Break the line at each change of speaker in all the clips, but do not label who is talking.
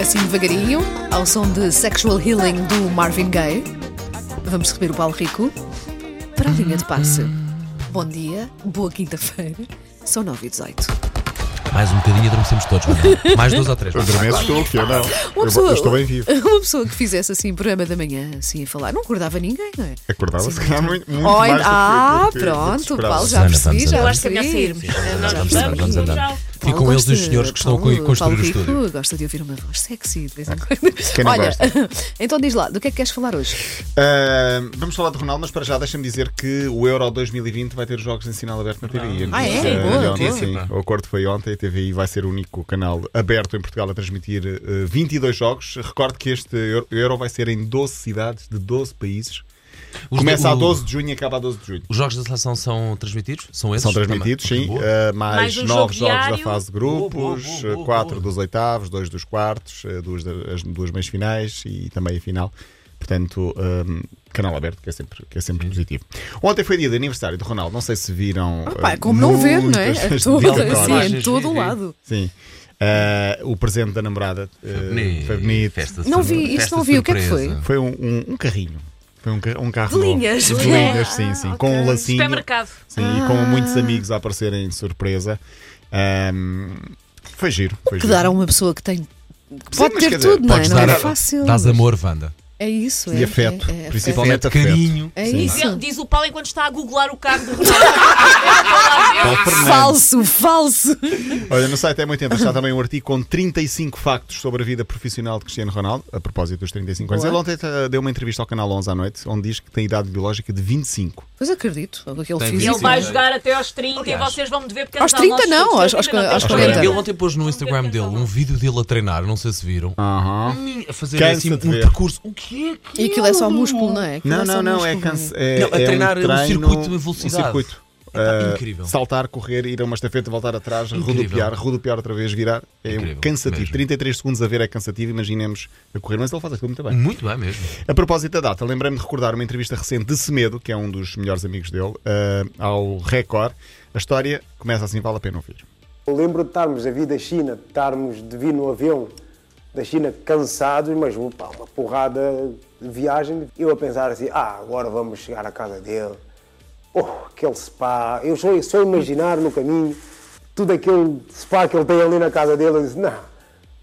assim devagarinho, ao som de Sexual Healing do Marvin Gaye. Vamos receber o Paulo Rico para a linha de passe. Bom dia, boa quinta-feira, são 9 e 18.
Mais um bocadinho adormecemos todos, Manel. Mais dois ou três.
Eu
vá,
também
vá.
estou aqui, eu não.
Uma
Eu,
pessoa-
eu estou bem vivo.
Uma pessoa que fizesse assim programa da manhã, assim a falar, não acordava ninguém, não é?
Acordava se calhar muito, É muito
Oh,
mais do que-
ah,
do que- do que
pronto, o
esperava.
Paulo já
Susana,
percebi,
vamos
já
andar.
Eu acho que é melhor
percebi.
sairmos.
Vamos
Nós
andar, vamos andar.
Paulo
Ficam eles e os
gosta-
senhores que estão a
Paulo-
co- construir
Paulo
o
Rico
estúdio.
gosta de ouvir uma voz sexy de vez em quando.
não
Olha,
gosta?
então diz lá, do que é que queres falar hoje?
Ah, vamos falar de Ronaldo, mas para já deixa-me dizer que o Euro 2020 vai ter jogos em sinal aberto na TVI.
Ah, é?
Ah,
Boa,
ontem,
boa.
sim. o acordo foi ontem. A TVI vai ser o único canal aberto em Portugal a transmitir ah, 22 jogos. Recordo que este Euro- Euro vai ser em 12 cidades de 12 países.
Os
Começa
do-
a 12 de junho e acaba a 12 de junho.
Os jogos da seleção são transmitidos? São esses?
São transmitidos,
também?
sim.
Boa.
eh, mais
Mais um
nove
jogo
jogos da
diário.
fase de
Boa, boa,
grupos,
boa, boa,
eh, quatro
boa.
dos oitavos, dois dos quartos, eh, duas, da- as duas meias finais e também a final. Portanto, ehm, canal aberto, que é sempre, que é sempre positivo. Ontem foi dia de aniversário do Ronaldo, não sei se viram.
Ah,
eh,
pá, como não ver, não é?
muitas
É
das
todo,
videocolas.
assim,
imagens,
em todo
sim,
o
sim.
lado.
Sim. Eh, o presente da namorada eh,
Bonito.
foi bonito.
Festa de
Não
sur-
vi, isto
festa
não
de
vi, o que é que
surpresa.
foi?
Foi um, um- um carrinho. Foi um, ca- um carro.
De
novo.
linhas,
De
foi?
linhas, sim, sim.
Ah,
Com um
ok.
lacinho.
Supermercado.
Sim, e com muitos amigos a aparecerem de surpresa. Ahm, foi giro. Foi
Que
giro.
dar a uma pessoa que tem. Que
é. Sim,
pode
mas
ter
quer dizer,
tudo, não é?
Podes
Não é
dar-
fácil.
Dás
mas
amor, Wanda.
É isso, é.
E afeto,
é- é-
principalmente afeto.
Carinho.
É
Sim.
Diz, ele-
isso.
diz o Paulo enquanto está a googlar o carro do Ronaldo.
Ah,
Paulo Fernandes.
Falso, falso.
Olha, no site é muito interessante também um artigo com 35 factos sobre a vida profissional de Cristiano Ronaldo, a propósito dos 35 anos.
Boa.
Ele ontem eh, deu uma entrevista ao Canal 11 à noite, onde diz que tem idade biológica de 25.
Pois acredito, aquele
Tem
físico.
Ele vai
Sim.
jogar até aos 30 e
Aliás.
vocês vão me dever porque
Aos
casar nós
30 não,
todos,
aos- aos-
ainda não
aos
temos
40.
Ele
idade.
ontem pôs no Instagram dele um vídeo dele a treinar, não sei se viram. A fazer
Ah. Cansa
assim um
de ver.
percurso. O que é que
E aquilo é só músculo, não é? Aquilo
Não,
só
não, não, é,
músculo.
canse, é,
Não, a
é um
treinar um
treino-
circuito em velocidade.
Um circuito.
Epá,
Ah,
incrível.
Saltar, correr, ir a uma estafeta, voltar atrás,
Incrível.
rodopiar, rodopiar outra vez, virar. É
Incrível,
cansativo.
mesmo.
33 segundos a ver é cansativo, imaginemos a correr, mas ele faz aquilo muito bem.
Muito bem mesmo.
A propósito da data, lembrei-me de recordar uma entrevista recente de Semedo, que é um dos melhores amigos dele, ah, ao Record. A história começa assim, vale a pena ouvir.
Eu lembro de estarmos a vir da China, de estarmos de vir no avião da China cansados, mas pá, uma porrada de viagem. Eu a pensar assim, ah, agora vamos chegar à casa dele. Oh, aquele spa. Eu só, só imaginar no caminho tudo aquele spa que ele tem ali na casa dele. Eu disse, não,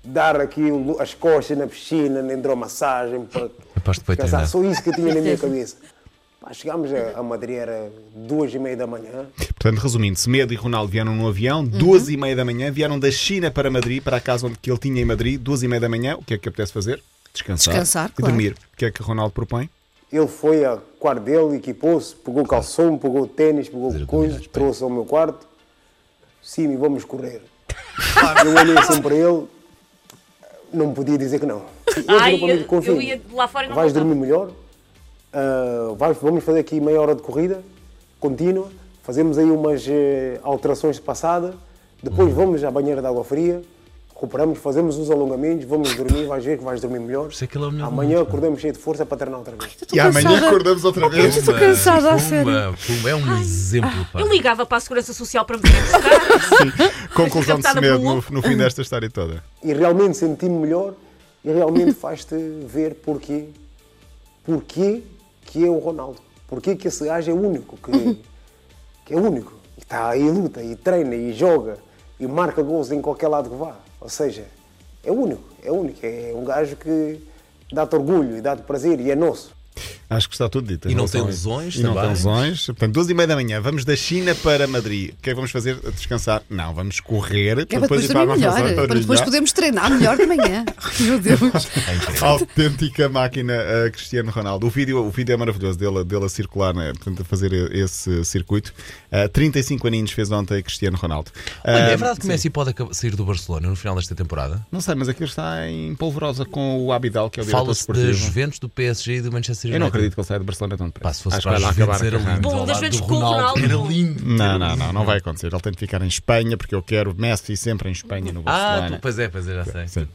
dar aqui o- as costas na piscina, na hidromassagem, para
Rapaz, depois de treinar.
descansar. Só isso que eu tinha na minha cabeça. Pá, chegámos a, a Madrid, era duas e meia da manhã.
Portanto, resumindo, Semedo e Ronaldo vieram no avião,
Uhum.
duas e meia da manhã, vieram da China para Madrid, para a casa onde que ele tinha em Madrid, duas e meia da manhã. O que é que apetece fazer? Descansar.
Descansar,
E
claro.
dormir. O que é que Ronaldo propõe?
Ele foi ao quarto dele, equipou-se, pegou o calção, pegou o ténis, pegou
Zero
o coisa,
dominantes, bem.
trouxe ao meu quarto. Sim, vamos correr. Eu olhei assim para ele, não podia dizer que não. Ele
Ai,
virou para mim,
eu-
"Confia em
eu
mim.
ia lá fora e não
Vais
voltava."
dormir melhor, ah, vais- vamos fazer aqui meia hora de corrida contínua, fazemos aí umas eh, alterações de passada, depois
Uhum.
vamos à banheira de água fria, recuperamos, fazemos os alongamentos, vamos dormir, vais ver que vais dormir melhor.
Isso é que ele é o melhor do
Amanhã
mundo, pá.
acordamos cheio de força para treinar outra vez.
E amanhã
cansada.
acordamos outra vez.
Estou cansada, a sério. Ah,
Pumba, pumba, é um exemplo, pá.
Eu ligava para a Segurança Social para me vir buscar.
Conclusão de
Captada
Semedo
pelo
no,
louco.
no fim desta história toda.
e realmente senti-me melhor e realmente faz-te ver porquê, porquê que é o Ronaldo, porquê que esse gajo é único, que, que é único, e está aí luta, e treina, e joga, e marca gols em qualquer lado que vá, ou seja, é único, é único, é um gajo que dá-te orgulho e dá-te prazer e é nosso.
Acho que está tudo dito. em
E não
relação
tem
a isso.
lesões
E não
também.
tem lesões. Portanto, duas e meia da manhã, vamos da China para Madrid. O que é que vamos fazer? Descansar? Não, vamos correr.
É para depois
ir para a
dormir melhor,
nossa zona
para depois
familiar.
podermos treinar melhor de manhã. Meu Deus.
Autêntica máquina eh, Cristiano Ronaldo. O vídeo, o vídeo é maravilhoso dele, dele a circular, né? portanto, a fazer esse circuito. Eh, 35 aninhos fez ontem Cristiano Ronaldo.
Olha,
Ah,
é verdade que Messi pode acab- sair do Barcelona no final desta temporada?
Não sei, mas aquilo está em polvorosa com o Abidal, que é o diretor
Fala-se da
esportivo.
Juventus, do PSG e do Manchester
Eu
United.
não acredito que ele saia de Barcelona tão depressa.
Pá, se fosse
Acho que
para
vai lá
a
acabar
Juventus
a
era um
carreira.
lindo.
Bom,
ao
das
lado
vezes
do
com o Ronaldo.
Era lindo.
Não, não, não, não vai acontecer. Ele tem de ficar em Espanha, porque eu quero Messi sempre em Espanha e
Ah,
no
tu-
Barcelona.
pois é, pois é, já sei.
Sim.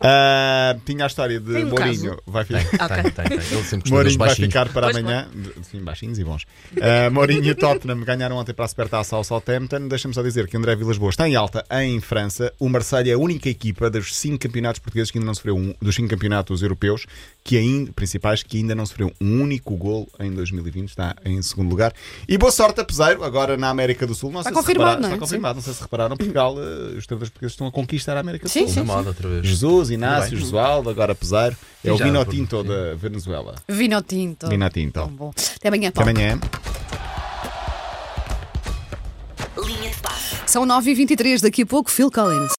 Ah, tinha a história de
Tem um
Mourinho. Vai ficar.
Tem, tem, tem. Ele sempre gostou dos
Mourinho vai
baixinhos.
ficar para
Pois
amanhã. Sim, baixinhos e bons. Ah, Mourinho e o Tottenham ganharam ontem para a Supertaça ao Southampton. Deixa-me só dizer que André Vilas Boas está em alta em França. O Marseille é a única equipa dos cinco campeonatos portugueses que ainda não sofreu um, dos cinco campeonatos europeus que ainda, principais que ainda não sofreu um único gol em 2020. Está em segundo lugar. E boa sorte a Peseiro, agora na América do Sul. Não
Está
sei se
confirmado,
repara-
não é?
Está confirmado. Não sei se repararam, Portugal, ah, os treinadores portugueses estão a conquistar a América do
Sim,
Sul.
sim.
Na moda outra vez.
Jesus, Inácio,
Muito
Josualdo, agora Peseiro. É o
Já, por-
Vinotinto da Venezuela.
Vino tinto.
Vino tinto.
Tão bom. Até amanhã,
Até
Paulo.
amanhã.
Linha de passe.
São 9h23, daqui a pouco, Phil Collins.